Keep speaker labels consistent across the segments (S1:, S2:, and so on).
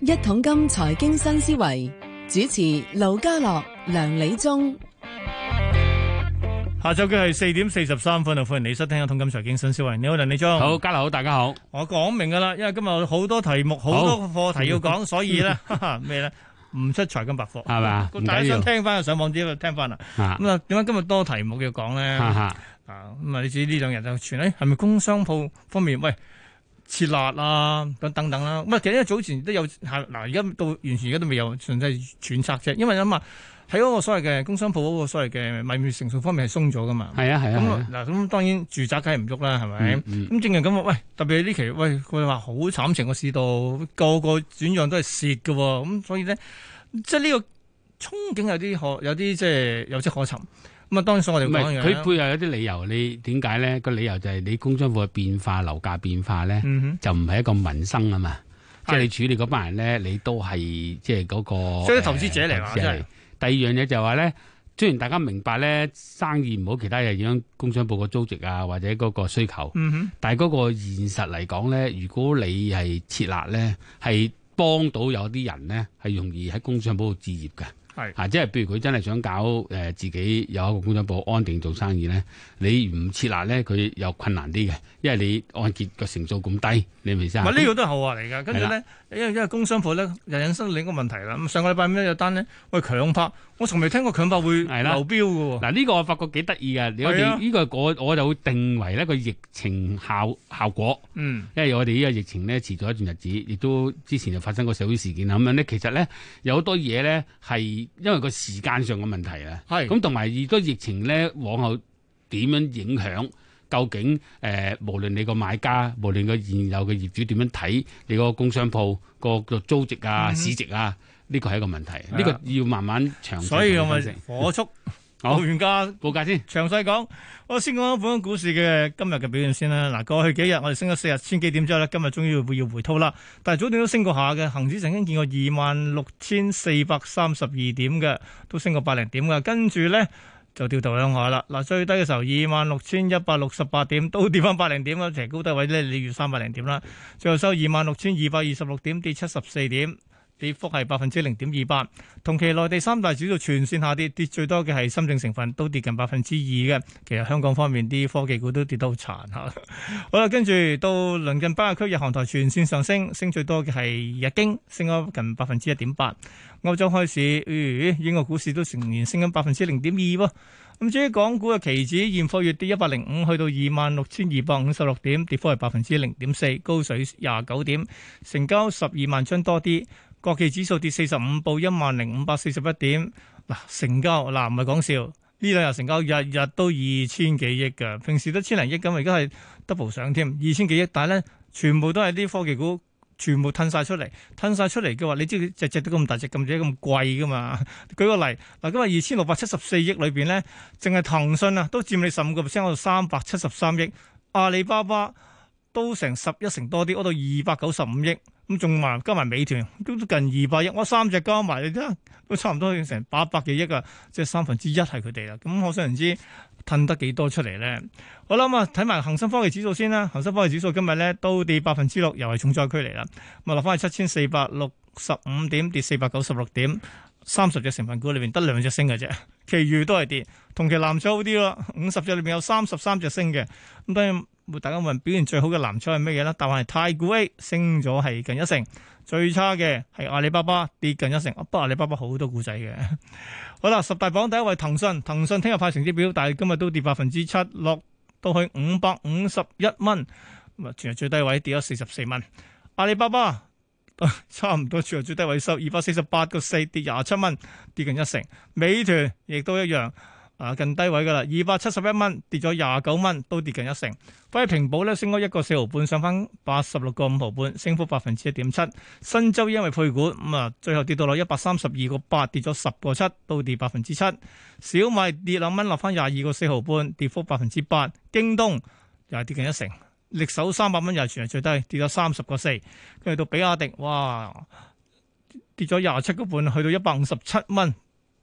S1: 一桶金財經新思維主持盧家樂、梁理中。
S2: 下晝嘅係四點四十三分啊！歡迎你收聽《一桶金財經新思維》，你好，梁理中。
S3: 好，家樂好，大家好。
S2: 我講明㗎啦，因為今日有好多題目、好多課題要講，所以 咧 哈哈咩咧唔出財金百科
S3: 係嘛唔緊要
S2: 大家想聽翻就上網啲度聽翻啦。
S3: 啊
S2: 咁啊，點解今日多題目要講咧？
S3: 哈哈，
S2: 啊，咁啊，你知呢兩日就傳咧，係咪工商鋪方面喂撤辣啊，等等等啦。咁啊，其實因為早前都有係嗱，而家到完全而家都未有，純粹係揣測啫。因為諗下喺嗰個所謂嘅工商鋪嗰個所謂嘅米面成數方面係鬆咗噶嘛。
S3: 係啊係啊
S2: 咁
S3: 係
S2: 啊
S3: 啊。
S2: 嗱，咁當然住宅梗係唔喐啦，係咪？
S3: 嗯嗯
S2: 咁正係咁啊！喂，特別係呢期，喂佢話好慘情個市道，個個轉讓都係蝕嘅喎，咁所以咧，即係呢個憧憬有啲可有啲即係有跡可尋。咁啊，當然所以我
S3: 唔
S2: 哋講嘅
S3: 係佢背後有啲理由，你點解咧？個理由就係你工商戶嘅變化、樓價變化咧，
S2: 嗯
S3: 就唔係一個民生啊嘛。即係
S2: 係
S3: 你處理嗰班人咧，你都係即係嗰個。
S2: 所以啲投資者嚟話
S3: 投資者
S2: 真係
S3: 第二樣嘢就係話咧，雖然大家明白咧，生意唔好，其他嘢影響工商部個租值啊，或者嗰個需求。
S2: 哼，嗯哼，
S3: 但係嗰個現實嚟講咧，如果你係設立咧，係幫到有啲人咧，係容易喺工商鋪度置業嘅。
S2: 係
S3: 啊，即係譬如佢真係想搞誒、呃自己有一個工商鋪安定做生意咧，你唔設立咧，佢又困難啲嘅，因為你按揭個成數咁低，你明唔明先
S2: 唔
S3: 啊？
S2: 係呢個都係後話嚟㗎。跟住
S3: 係啦
S2: 咧，因為因為工商鋪咧又引申另一個問題啦。咁上個禮拜尾有單咧，喂強拍，我從未聽過強拍會流
S3: 係啦
S2: 標嘅喎。
S3: 嗱，呢個我發覺幾得意嘅，你我
S2: 係啊
S3: 哋呢個我我就會定為呢個疫情效效果。
S2: 嗯，
S3: 因為我哋呢個疫情咧持續一段日子，亦都之前就發生過社會事件啊咁樣咧。其實咧有好多嘢咧係因為個時間上嘅問題啊，
S2: 係
S3: 咁同埋亦都疫情咧往後點樣影響？究竟誒、呃，無論你個買家，無論個現有嘅業主點樣睇你個工商鋪個個租值啊、
S2: 嗯哼
S3: 市值啊，呢個係一個問題。
S2: 啊
S3: 呢個要慢慢詳細
S2: 所以我咪
S3: 分析
S2: 火速報
S3: 好
S2: 完價。
S3: 報價先。
S2: 嗯詳細講，我先講講本港股市嘅今日嘅表現先啦。嗱，過去幾日我哋升咗四日千幾點之後咧，今日終於會要回吐啦。但係早段都升過下嘅，恒指曾經見過二萬六千四百三十二點嘅，都升過百零點嘅。跟住咧就掉頭向下啦。嗱，最低嘅時候二萬六千一百六十八點，都跌翻百零點啦。其實高低位咧，你預三百零點啦。最後收二萬六千二百二十六點，跌七十四點。跌幅係百分之零點二八，同期內地三大指數全線下跌，跌最多嘅係深證成分，都跌近百分之二嘅。其實香港方面啲科技股都跌得好殘嚇。 好啦，跟住到鄰近北亞區日韓台全線上升，升最多嘅係日經，升咗近百分之一點八。歐洲開市，咦英國股市都仍然升緊百分之零點二喎。咁至於港股嘅期指現貨月跌一百零五，去到二萬六千二百五十六點，跌幅係百分之零點四，高水廿九點，成交十二萬張多啲。國企指數跌四十五，報一萬零五百四十一點。嗱，成交嗱唔係講笑，呢兩日成交日日都二千幾億㗎，平時都千零億咁，而家係 double 上添，二千幾億，但係咧全部都係啲科技股。全部吞晒出嚟，吞晒出嚟嘅話，你知佢隻隻都咁大隻，咁隻咁貴噶嘛？ 舉個例，嗱，今日二千六百七十四億裏邊咧，淨係騰訊啊，都佔你十五個 percent，嗰度三百七十三億，阿里巴巴都成十一成多啲，嗰度二百九十五億，咁仲埋加埋美團都都近二百億，我三隻加埋你睇下，都差唔多成八百幾億啊，即係三分之一係佢哋啦。咁可想而知，褪得幾多出嚟咧？好啦，咁啊睇埋恒生科技指數先啦，恒生科技指數今日咧都跌百分之六，又係重災區嚟啦。咁啊落翻去七千四百六十五點，跌四百九十六點。三十隻成分股裏邊得兩隻升嘅啫， 其餘都係跌。同期藍籌好啲咯，五十隻裏邊有三十三隻升嘅。咁當然，大家問表現最好嘅藍籌係乜嘢啦？答案係太古 A 升咗係近一成，最差嘅係阿里巴巴跌近一成。不過阿里巴巴好多股仔嘅。 好啦，十大榜第一位騰訊，騰訊聽日派成績表，但係今日都跌百分之七，落到去五百五十一蚊，咁啊全日最低位跌咗四十四蚊。阿里巴巴。差唔多全日最低位收二百四十八個四，跌廿七蚊，跌近一成。美團亦都一樣，啊近低位噶啦，二百七十一蚊，跌咗廿九蚊，都跌近一成。輝平保咧升咗一個四毫半，上翻八十六個五毫半，升幅百分之一點七。新洲因為配股咁啊，最後跌到落一百三十二個八，跌咗十個七，都跌百分之七。小米跌兩蚊，落翻廿二個四毫半，跌幅百分之八。京東又係跌近一成，力守三百蚊又係全日最低，跌咗三十個四。跟住到比亞迪，哇，跌咗廿七個半，去到一百五十七蚊，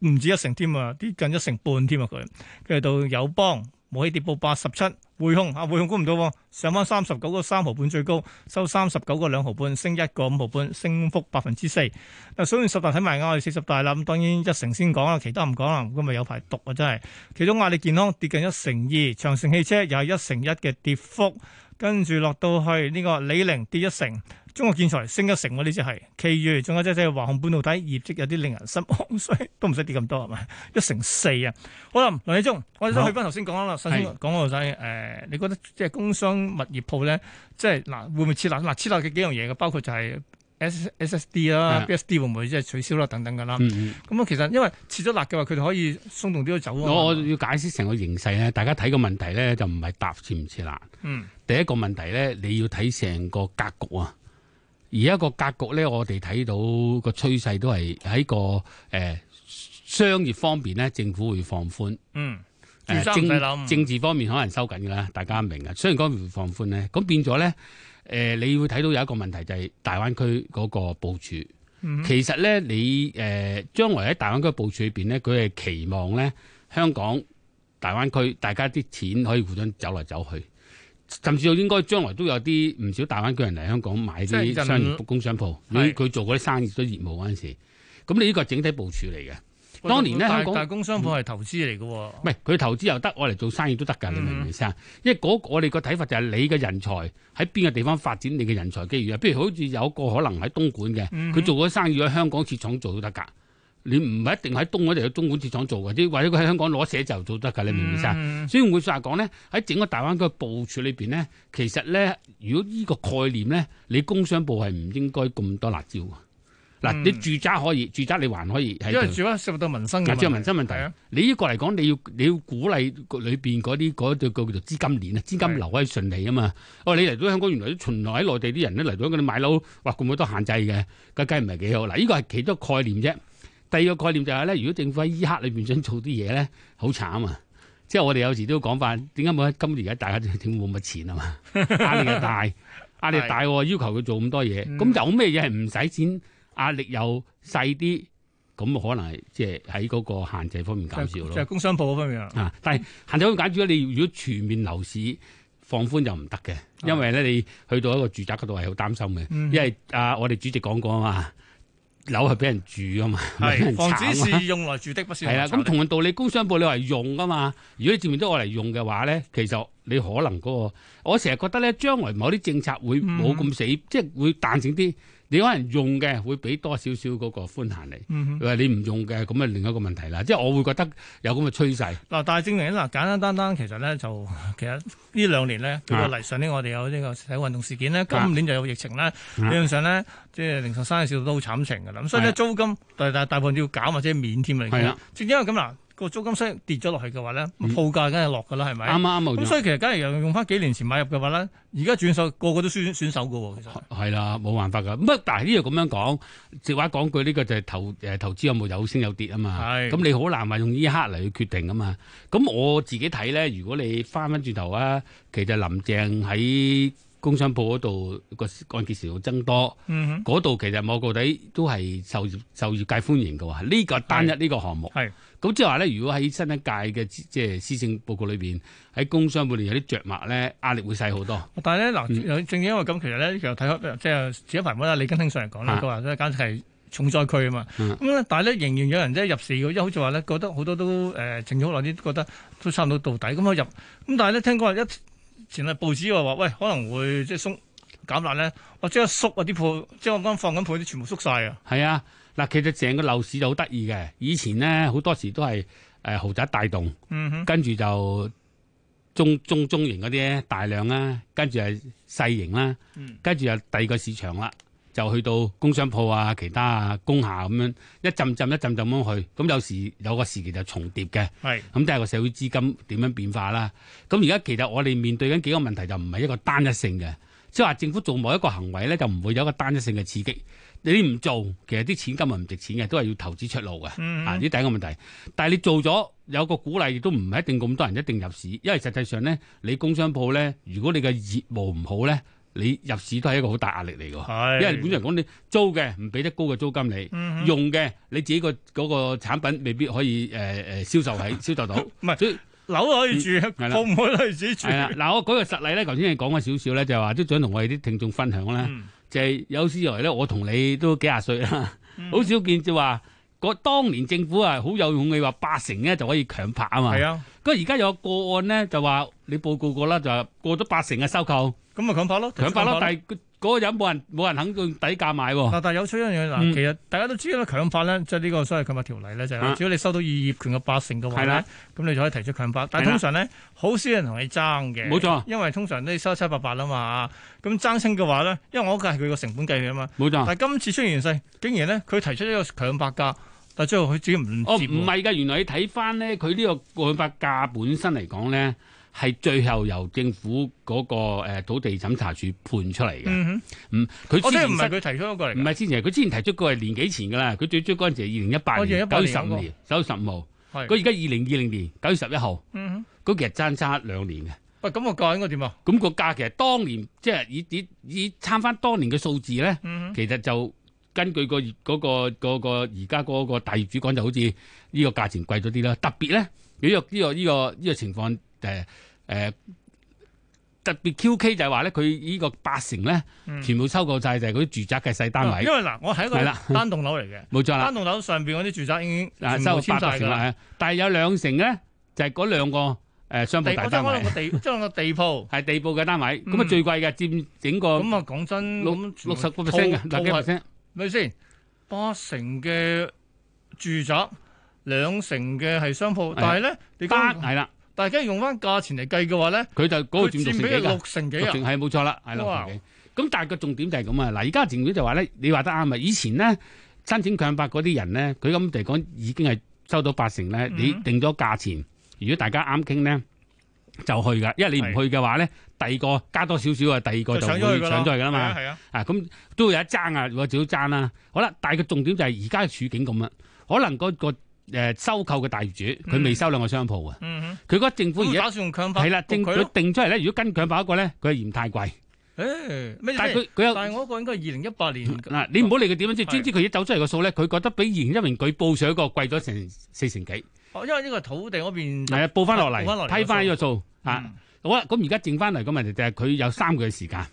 S2: 唔止一成添啊，跌近一成半添啊佢。跟住到友邦，冇起跌報八十七，匯控啊，匯控估唔到喎，上翻三十九個三毫半最高，收三十九個兩毫半，升一個五毫半，升幅百分之四。嗱，數完十大睇埋我哋四十大啦，咁當然一成先講啦，其他唔講啦，今日有排毒啊真係。其中阿里健康跌近一成二，長城汽車又係一成一嘅跌幅，跟住落到去呢個李寧跌一成。中國建材升一成喎，呢只係，其餘仲有即係華控半導體業績有啲令人失望，所以都唔使跌咁多係咪？一成四啊！好啦，梁理中，我哋想去翻頭先講啦，首先
S3: 係
S2: 講我睇誒，你覺得即係工商物業鋪咧，即係嗱會唔會設立嗱設立嘅幾樣嘢嘅，包括就係 S S S D 啦、
S3: 係
S2: B S D 會唔會即係取消啦等等㗎啦。
S3: 啊嗯嗯
S2: 咁啊，其實因為設咗立嘅話，佢哋可以鬆動啲都走啊嘛。
S3: 我我要解釋成個形勢咧，大家睇個問題咧就唔係答似唔似難。
S2: 嗯
S3: 第一個問題咧，你要睇成個格局啊。而家個格局咧，我哋睇到個趨勢都係喺個誒、呃商業方面咧，政府會放寬。
S2: 嗯，住
S3: 誒
S2: 衫唔使
S3: 政
S2: 諗，
S3: 政治方面可能收緊㗎啦，大家明嘅。雖然嗰邊放寬咧，咁變咗咧，誒、你會睇到有一個問題就係大灣區嗰個部署。
S2: 嗯
S3: 其實咧，你誒、呃、將來喺大灣區部署裏邊咧，佢係期望咧香港、大灣區大家啲錢可以互相走嚟走去，甚至應該將來都有啲唔少大灣區人嚟香港買
S2: 即係
S3: 啲
S2: 人
S3: 商業工商鋪，
S2: 係
S3: 佢佢做嗰啲生意、啲業務嗰陣時，咁你呢個係整體部署嚟嘅。
S2: 喂
S3: 當年呢
S2: 大
S3: 香港
S2: 大工商鋪係投資嚟嘅喎。
S3: 唔係佢投資又得，我嚟做生意都得
S2: 嗯
S3: 㗎，你明唔明先？啊因為嗰我哋個睇法就係你嘅人才喺邊個地方發展，你嘅人才機遇啊。譬如好似有個可能喺東莞嘅，佢、
S2: 嗯
S3: 做嗰啲生意喺香港設廠做都得㗎。你唔係一定喺東嗰度有東莞設廠做嘅，啲或者佢喺香港攞寫就做得㗎，你明唔明先？啊
S2: 嗯
S3: 所以換句話講咧，喺整個大灣區嘅部署裏邊咧，其實咧，如果呢個概念咧，你工商部係唔應該咁多辣椒嘅。嗱、
S2: 嗯
S3: 你住宅可以，住宅你還可以喺
S2: 因為
S3: 度
S2: 住翻涉及到民生嘅問
S3: 嗱，即
S2: 題
S3: 係民生問題
S2: 係啊。
S3: 你呢個嚟講，你要你要鼓勵裏邊嗰啲嗰對叫做資金鏈啊，資金流可以順利啊嘛。哦，你嚟到香港，原來都巡邏喺內地啲人咧嚟到香港，你買樓，哇，咁好多限制嘅，梗梗係唔係幾好。嗱，呢個係其中一個概念啫。第二個概念就係、咧，如果政府喺依刻裏邊想做啲嘢咧，好慘啊！即係我哋有時都講法，點解冇今年而家大家都點冇乜錢啊嘛？壓力又大，壓力大喎，要求佢做咁多嘢，
S2: 嗯
S3: 咁、有咩嘢係唔使錢，壓力又細啲，咁可能係即係喺嗰個限制方面減
S2: 就
S3: 少
S2: 就係
S3: 咯。
S2: 工商鋪嗰方面啊。
S3: 啊，但係限制方面減少咧，你如果全面樓市放寬就唔得嘅，因為咧你去到一個住宅嗰度係好擔心嘅，
S2: 啊嗯
S3: 因為啊我哋主席講過啊嘛，樓係俾人住啊嘛，唔係俾
S2: 係
S3: 人
S2: 房
S3: 炒啊
S2: 子
S3: 嘛
S2: 是用來住的，不是用
S3: 係啦，
S2: 來
S3: 咁
S2: 炒的。
S3: 同樣道理，工商部你話用噶嘛？如果你前面都我嚟用嘅話咧，其實你可能嗰、個，我成日覺得咧，將來某啲政策會冇咁死，
S2: 嗯
S3: 即係會彈性啲。你可能用嘅會俾多少少嗰個寬限你，
S2: 嗯哼
S3: 話你唔用嘅咁啊另一個問題啦。即係我會覺得有咁嘅趨勢，
S2: 嗱，但係證明咧，嗱，簡簡單單，其實咧就 其實呢兩年
S3: 啊
S2: 咧，舉個例，上年我哋有呢個社會運動事件咧，今年就有疫情咧，理論上咧，即係零售生意市道都好慘情㗎啦。咁所以咧，
S3: 啊係啊
S2: 租金大大大部分要減或者免添嚟
S3: 係啊，嗯
S2: 正因為咁嗱，個租金息跌咗落去嘅話咧，鋪價梗係落㗎啦，係咪？
S3: 啱啊啱
S2: 咁
S3: 冇
S2: 所以其實，假如又用翻幾年前買入嘅話咧，而家轉手個個都選選手嘅喎，其實
S3: 係啦，冇辦法噶。乜但係呢度咁樣講，直話講句，呢、個就係投誒投資有冇有升有跌啊嘛。
S2: 係
S3: 咁你好難話用呢一刻嚟去決定啊嘛。咁我自己睇咧，如果你翻翻轉頭啊，其實林鄭喺工商鋪嗰度個按揭時數增多，
S2: 嗯
S3: 嗰度其實某個底都係受業受業界歡迎嘅喎。呢、個單一呢個項目
S2: 哼，，係
S3: 咁即係話咧，如果喺新一屆嘅即係施政報告裏邊，喺工商鋪裏邊有啲着墨咧，壓力會細好多。
S2: 但係咧嗱，
S3: 嗯
S2: 有正因為咁，其實咧又睇開，即係前一排啦，李根興上嚟講咧，
S3: 啊
S2: 佢話咧簡直係重災區啊嘛。
S3: 嗯
S2: 咁咧，但係咧仍然有人即係入市嘅，因為好似話咧，覺得好多都誒靜咗好耐啲，覺得都差唔多到底咁啊入。咁但係咧，聽講話一前日報紙話話，喂可能會即係鬆減辣咧，我即刻縮啊啲鋪，即係我啱放緊鋪啲全部縮晒啊。
S3: 係啊，嗱，其實成個樓市就好得意嘅。以前咧好多時都係誒豪宅帶動，
S2: 嗯哼，
S3: 跟住就中中中型嗰啲咧大量啦，跟住係細型啦
S2: 嗯，
S3: 跟住又第二個市場啦，就去到工商鋪啊、其他啊、工廈咁樣一浸浸一浸浸咁去。咁有時有個時期就重疊嘅，
S2: 係
S3: 咁睇下個社會資金點樣變化啦。咁而家其實我哋面對緊幾個問題，就唔係一個單一性嘅，即係話政府做某一個行為咧，就唔會有一個單一性嘅刺激。你唔做，其實啲錢根本唔值錢嘅，都係要投資出路嘅。
S2: 嗯
S3: 啊，呢第一個問題。但係你做咗有個鼓勵，亦都唔係一定咁多人一定入市，因為實際上咧，你工商鋪咧，如果你嘅業務唔好咧，你入市都係一個好大壓力嚟㗎。
S2: 係，
S3: 啊因為本來講你租嘅唔俾得高嘅租金你。
S2: 嗯哼
S3: 用嘅你自己個嗰個產品未必可以誒誒銷售喺銷售到，
S2: 唔係啊
S3: 所以
S2: 樓可以住，
S3: 嗯係啦
S2: 鋪唔可以自己住
S3: 係。啊啦，嗱，我舉個實例咧，頭先你講咗少少咧，就係話都想同我哋啲聽眾分享啦，
S2: 嗯
S3: 就係有史以來咧，我同你都幾廿歲啦，
S2: 嗯
S3: 好少見就話。嗰當年政府啊，好有勇氣話八成咧就可以強拍啊嘛。
S2: 係啊，
S3: 咁而家有個案咧就話你報告過啦，就話過咗八成嘅收購
S2: 咁咪強拍咯，
S3: 強拍咯，但
S2: 但
S3: 係嗰嗰個人冇人冇人肯用底價買喎。
S2: 嗱，但係有趣一樣嘢嗱，
S3: 哦嗯
S2: 其實大家都知啦，強拍咧，即係呢個所謂強拍條例咧，就係
S3: 啊
S2: 只要你收到業權嘅八成嘅話
S3: 係
S2: 咧
S3: 啦，
S2: 咁你就可以提出強拍。但係
S3: 係啦
S2: 通常咧，好少人同你爭嘅，
S3: 冇錯
S2: 因為通常都收七八八啦嘛。咁爭清嘅話咧，因為我嗰個係佢個成本計嘅嘛。
S3: 冇錯。
S2: 但係今次出現形勢，竟然咧佢提出一個強拍價，但係最後佢自己唔
S3: 哦，唔
S2: 接喎。
S3: 係㗎，原來你睇翻咧，佢呢個案發價本身嚟講咧，係最後由政府嗰、個、呃、土地審查處判出嚟嘅。
S2: 嗯哼，
S3: 嗯，佢、
S2: 我即
S3: 之
S2: 係
S3: 前
S2: 唔係
S3: 申
S2: 佢提出嗰個嚟
S3: 唔
S2: 㗎。
S3: 係之前，佢之前提出過係年幾前㗎啦。佢最早嗰陣時係二零一八
S2: 哦
S3: 年
S2: 2018
S3: 九月
S2: 年
S3: 十
S2: 嗰個
S3: 五年九月十五號，
S2: 係
S3: 佢而家二零二零年九月十一號，
S2: 嗯哼，
S3: 嗰其實爭差兩年嘅。
S2: 喂，咁我價應該點啊？
S3: 咁、個價其實當年即係以以以參翻當年嘅數字咧。
S2: 嗯
S3: 其實就根據個業嗰、個嗰、個而家嗰個大業主講，就好似呢個價錢貴咗啲啦。特別咧，呢、個呢、個呢、個呢、個情況誒誒、呃特別 QK 就係話咧，佢呢個八成咧
S2: 嗯
S3: 全部收購晒就係嗰啲住宅嘅細單
S2: 哼，
S3: 位
S2: 因，為嗱，我係一個
S3: 啊係啦
S2: 單棟樓嚟嘅，
S3: 冇錯啦
S2: 單。棟樓上邊嗰啲住宅已經
S3: 嗱，
S2: 全
S3: 收
S2: 部簽
S3: 八
S2: 晒
S3: 成
S2: 㗎啦。
S3: 啦，啊但係有兩成咧就係嗰兩個誒商
S2: 地
S3: 鋪
S2: 我
S3: 啊大
S2: 即係
S3: 單
S2: 嗰兩個
S3: 位，
S2: 地， 即係兩個地鋪。
S3: 係地鋪嘅單位，咁啊
S2: 嗯
S3: 最貴嘅佔整個
S2: 咁啊，講真，
S3: 六
S2: 咁
S3: 六十個 percent 嘅，
S2: 套
S3: 六
S2: 套
S3: 幾
S2: 係
S3: percent。
S2: 咪先？啊八成嘅住宅，兩成嘅係商鋪，
S3: 係
S2: 但係咧，你
S3: 單
S2: 講，
S3: 係啦，
S2: 大家用翻價錢嚟計嘅話咧，
S3: 佢就嗰個
S2: 佢
S3: 佔
S2: 佔
S3: 六成
S2: 比
S3: 幾
S2: 係
S3: 㗎
S2: 六。成幾
S3: 六
S2: 啊？
S3: 成係冇錯啦，係六
S2: 哇
S3: 成幾。咁但係個重點就係咁啊！嗱，而家政府就話咧，你話得啱啊！以前咧申請強拍嗰啲人咧，佢咁嚟講已經係收到八成咧，
S2: 嗯
S3: 你定咗價錢，如果大家啱傾咧就去噶，因為你唔去嘅話咧，第二個加多少少啊，第二個就
S2: 上
S3: 會
S2: 咗去㗎啦，
S3: 上咗去噶啦嘛。
S2: 係啊，
S3: 啊，咁都會有一爭啊，或者少爭啦。好啦，但係個重點就係而家嘅處境咁啦，可能嗰、個、呃、收購嘅大業主佢未收兩個商鋪啊，
S2: 嗯哼，
S3: 佢嗰個政府而
S2: 咁
S3: 家
S2: 打算用強拍
S3: 係啦，政
S2: 定佢
S3: 佢
S2: 咯。
S3: 定出嚟咧，如果跟強拍嗰個咧，佢係嫌太貴。
S2: 誒，咩
S3: 但係
S2: 先？
S3: 佢佢嗯有
S2: 但係我嗰個應該係二零一八年嘅。
S3: 嗱，你唔好理佢點樣，即係
S2: 係
S3: 總之佢一走出嚟個數咧，佢覺得比二零一零佢報上一個貴咗成四成幾，
S2: 哦因為呢個土地嗰邊
S3: 係啊，報翻
S2: 報返落
S3: 落嚟，
S2: 嚟嗯
S3: 批翻呢個數啊。好啦，咁而家剩翻嚟個問題就係佢有三個月時間，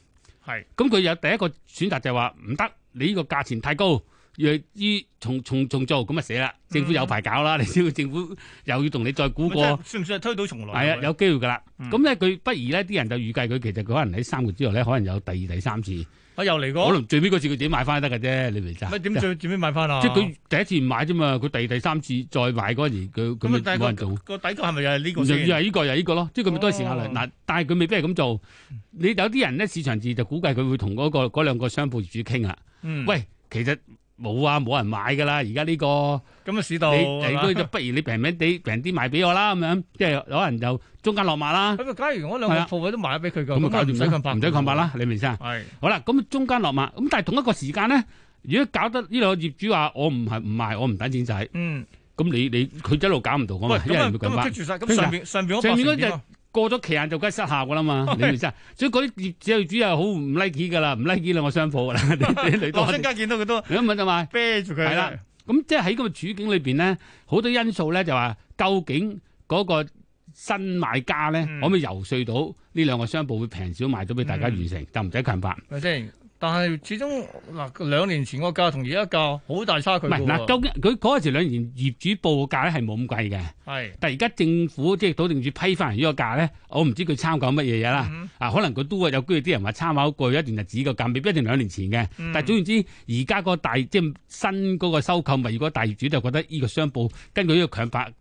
S2: 係
S3: 咁佢有第一個選擇就係話唔得，你呢個價錢太高，要於重重重做，咁啊死啦！政府有排搞啦，你知道政府又要同你再估
S2: 咁即
S3: 過
S2: 係，算唔算係推倒重來？
S3: 係啊，有機會㗎啦。
S2: 嗯
S3: 咁咧佢不如咧，啲人就預計佢其實佢可能喺三個月之後咧，可能有第二、第三次，
S2: 我啊又嚟
S3: 可
S2: 過，
S3: 能最尾嗰次佢自己買翻得㗎啫，你明唔明
S2: 咪
S3: 啊
S2: 點最點樣買翻啊？
S3: 即係佢第一次唔買啫嘛，佢第二第三次再買嗰陣時，佢佢
S2: 咁
S3: 咪
S2: 啊，但
S3: 冇人
S2: 係
S3: 做
S2: 個。個底價係咪又係呢個
S3: 就
S2: 先？
S3: 係呢個又係呢個咯，即係佢咪多時考慮
S2: 哦
S3: 嗱，但係佢未必係咁做。你有啲人咧，市場字就估計佢會同嗰、個嗰兩個商鋪業主傾啦。啊
S2: 嗯
S3: 喂，其實冇啊，冇人買㗎啦，而家呢個
S2: 咁啊市道
S3: 你
S2: 係嘛
S3: 你都不如你平平地平啲賣俾我啦，咁樣即係可能就中間落馬啦，
S2: 咁啊，假如我兩
S3: 係
S2: 個
S3: 啊
S2: 鋪位都賣咗俾佢嘅，
S3: 咁
S2: 咁
S3: 啊搞
S2: 啊
S3: 掂
S2: 唔使
S3: 啦
S2: 咁白，
S3: 唔使抗白。啦，你明唔明啊？
S2: 係
S3: 好啦，咁中間落馬，咁但係同一個時間咧，如果搞得呢兩個業主話我唔係唔賣，我唔等錢使。
S2: 嗯，
S3: 咁你你佢一路搞唔到噶
S2: 喂，
S3: 嘛，因
S2: 咁啊
S3: 為佢咁
S2: 咁啊棘
S3: 翻
S2: 住晒，咁
S3: 跟住
S2: 上邊上邊嗰
S3: 上
S2: 八
S3: 面嗰
S2: 成點啊
S3: 過咗期限就梗係失效噶 啦嘛，
S2: 係
S3: 你明唔明先？啊所以嗰啲業主業主又好唔 like 噶啦，唔 like 兩個商鋪噶 啦，你你你多
S2: 我瞬哦間見到佢都
S3: 你咁問就話，
S2: 啤住佢。
S3: 係啦，咁即係喺咁嘅處境裏邊咧，好多因素咧就話，究竟嗰個新買家咧、
S2: 嗯
S3: 可唔可以游說到呢兩個商鋪會平少賣咗俾大家完成，就唔使強拍。
S2: 咪先？但係始終嗱，兩年前個價同而家價好大差距
S3: 唔
S2: 㗎
S3: 係嗱，
S2: 喎。
S3: 究竟佢嗰陣時兩年業主報嘅價咧係冇咁貴嘅，
S2: 係
S3: 但係而家政府即係土地業主批翻嚟呢個價咧，我唔知佢參考乜嘢嘢啦。
S2: 嗯
S3: 啊，可能佢都會有機會啲人話參考過一段日子個價，未必一定兩年前嘅。
S2: 嗯
S3: 但係總言之，而家個大即係新嗰個收購物業嗰個大業主就覺得呢個商報根據呢個強拍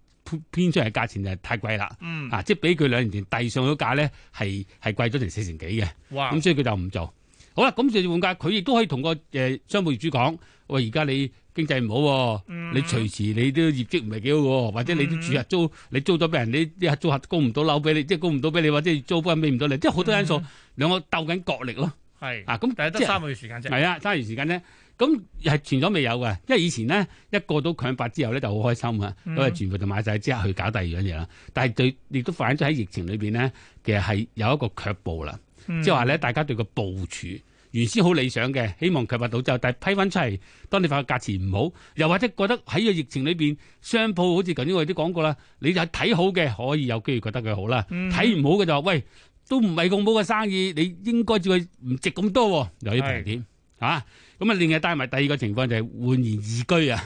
S3: 編出嚟嘅價錢就太貴啦。
S2: 嗯，
S3: 啊，即係比佢兩年前遞上嗰價咧係係貴咗成四成幾嘅，
S2: 哇！
S3: 咁所以佢就唔做。好啦，咁就換價，佢亦都可以同個誒商鋪業主講：喂，而家你經濟唔好、喎。
S2: 嗯
S3: 你隨時你都業績唔係幾好喎，或者你啲住客租你租咗俾人，你啲客租客供唔到樓俾你，即係供唔到俾你，或者租翻俾唔到你，即係好多因素
S2: 嗯，
S3: 兩個鬥緊角力咯。
S2: 係，
S3: 啊，咁
S2: 但係得
S3: 即係
S2: 三個月時間啫。
S3: 係啊，揸完時間咧，咁係存咗未有嘅，因為以前咧一過到強拍之後咧就好開心啊，
S2: 嗯
S3: 因為全部就買晒之後去搞第二樣嘢啦。但係對亦都反映咗喺疫情裏邊咧，其實係有一個卻步啦，
S2: 嗯
S3: 即係話咧大家對個部署。原先好理想嘅，希望佢發到就，但係批翻出嚟，當你發覺價錢唔好，又或者覺得喺個疫情裏邊，商鋪好似頭先我哋都講過啦，你就係睇好嘅可以有機會覺得佢好啦，
S2: 嗯
S3: 睇唔好嘅就話喂都唔係咁好嘅生意，你應該叫佢唔值咁多喎，又要平啲嚇。咁啊，另外帶埋第二個情況就係煥然懿居啊。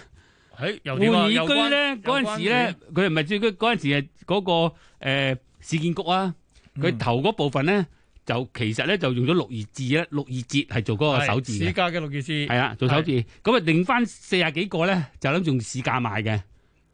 S2: 誒又
S3: 換
S2: 點啊？
S3: 議
S2: 有
S3: 居
S2: 關
S3: 咧，嗰陣時咧，佢唔係最居嗰陣時係嗰、個、呃、市建局啊，佢
S2: 嗯
S3: 頭嗰部分咧就其實咧就用咗六二字咧，六二折係做嗰個
S2: 係
S3: 手字
S2: 市
S3: 嘅，
S2: 價嘅六件字
S3: 係啊，做手字。咁啊，定翻四廿幾個咧，就諗住用市價賣嘅，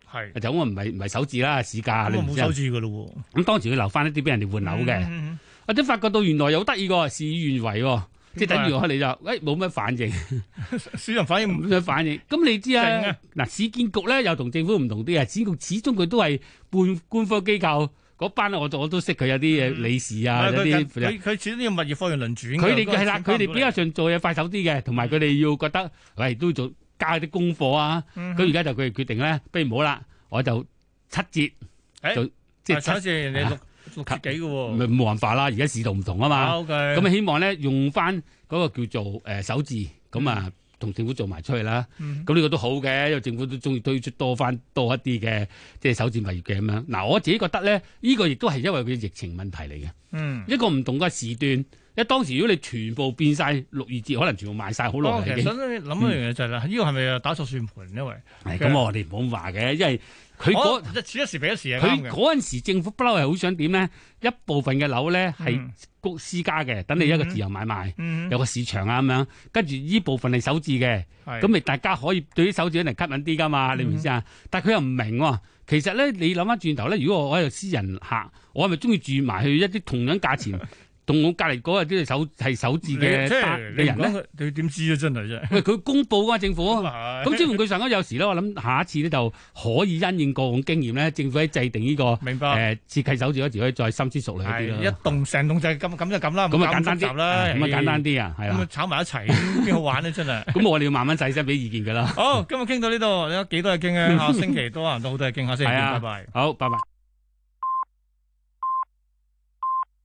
S2: 係
S3: 就咁啊，唔係唔係手字啦，市
S2: 咁
S3: 價
S2: 啊
S3: 你唔
S2: 冇
S3: 知
S2: 手
S3: 啊。
S2: 指嘅咯喎，
S3: 咁當時佢留翻一啲俾人哋換樓嘅，
S2: 嗯。啊嗯
S3: 或者發覺到原來有得意喎，事與願違喎，即係等於我哋就誒冇乜 反應。
S2: 嗯市場反應
S3: 咁樣反應。咁你知
S2: 勁啊
S3: 啊，嗱，市建局咧又同政府唔同啲嘅，啊市建局始終佢都係半官方機構嗰班我我都識佢有啲嘢理事啊，有
S2: 嗯唔係佢
S3: 啲
S2: 近佢佢始終要物業貨源輪轉㗎。
S3: 佢哋
S2: 嗰個
S3: 係啦，
S2: 轉翻
S3: 佢
S2: 唔
S3: 哋
S2: 到嚟
S3: 比較上做嘢快手啲嘅，同埋佢哋要覺得喂都做加啲功課啊。
S2: 嗯
S3: 咁而家就佢哋決定咧，不如唔好啦，我就七折，
S2: 誒啊
S3: 就即
S2: 但係上
S3: 係
S2: 一
S3: 七
S2: 次人哋六六折
S3: 啊
S2: 幾嘅
S3: 唔
S2: 喎，
S3: 係冇辦法啦，而家市道唔同啊嘛。
S2: 搞佢
S3: 咁啊希望咧用翻嗰個叫做誒手字，咁啊同政府做埋出去啦。
S2: 嗯
S3: 咁呢個都好嘅，因為政府都中意推出多翻多一啲嘅即係首置物業嘅咁樣。嗱，我自己覺得咧，呢、個亦都係因為佢疫情問題嚟嘅，
S2: 嗯，
S3: 一個唔同嘅時段。因為當時如果你全部變晒六二折，可能全部賣晒好
S2: 哦我其
S3: 耐
S2: 實
S3: 已經。
S2: 想諗一樣嘢就係啦，呢個係咪打錯算盤因為
S3: 係咁、我哋唔好話嘅，因為佢嗰
S2: 我一時一時比一時係哦啱嘅。
S3: 佢嗰陣時政府不嬲係好想點咧，一部分嘅樓咧係
S2: 嗯
S3: 公私家嘅，等你一個自由買賣，
S2: 嗯
S3: 有個市場啊咁樣，跟住呢部分係首置嘅。
S2: 係嗯
S3: 咁咪大家可以對啲手指嚟吸引啲噶嘛？你明唔明先啊？但係佢又唔明喎。其實咧，你諗翻轉頭咧，如果我係私人客，我係咪中意住埋去一啲同樣 價錢，同我隔離嗰個啲手係手指
S2: 你
S3: 嘅
S2: 即
S3: 單
S2: 係
S3: 嘅
S2: 你唔
S3: 人
S2: 講
S3: 咧？
S2: 佢，你點知啊？真係啫。
S3: 喂，佢公佈啊，政府。
S2: 咁
S3: 咁之乎佢上咗有時咧，我諗下一次咧就可以因應過往經驗咧，政府喺制定呢、個誒、
S2: 明白。
S3: 設計手指嗰時可以再深思熟慮
S2: 啊係
S3: 一啲
S2: 一
S3: 咯。
S2: 棟成棟就係咁咁就咁啦，
S3: 咁
S2: 唔
S3: 啊
S2: 搞
S3: 簡
S2: 複
S3: 單啲，
S2: 雜啦，
S3: 咁啊簡單啲啊，係
S2: 咁啊
S3: 啦。
S2: 炒埋一齊，邊好玩咧？真係。
S3: 咁我哋要慢慢細心俾意見㗎啦。
S2: 啊 好，今日傾到呢度，有幾多嘢傾咧？下星期多啊，都好多嘢傾下先。
S3: 係
S2: 拜
S3: 啊
S2: 拜。
S3: 好，拜拜。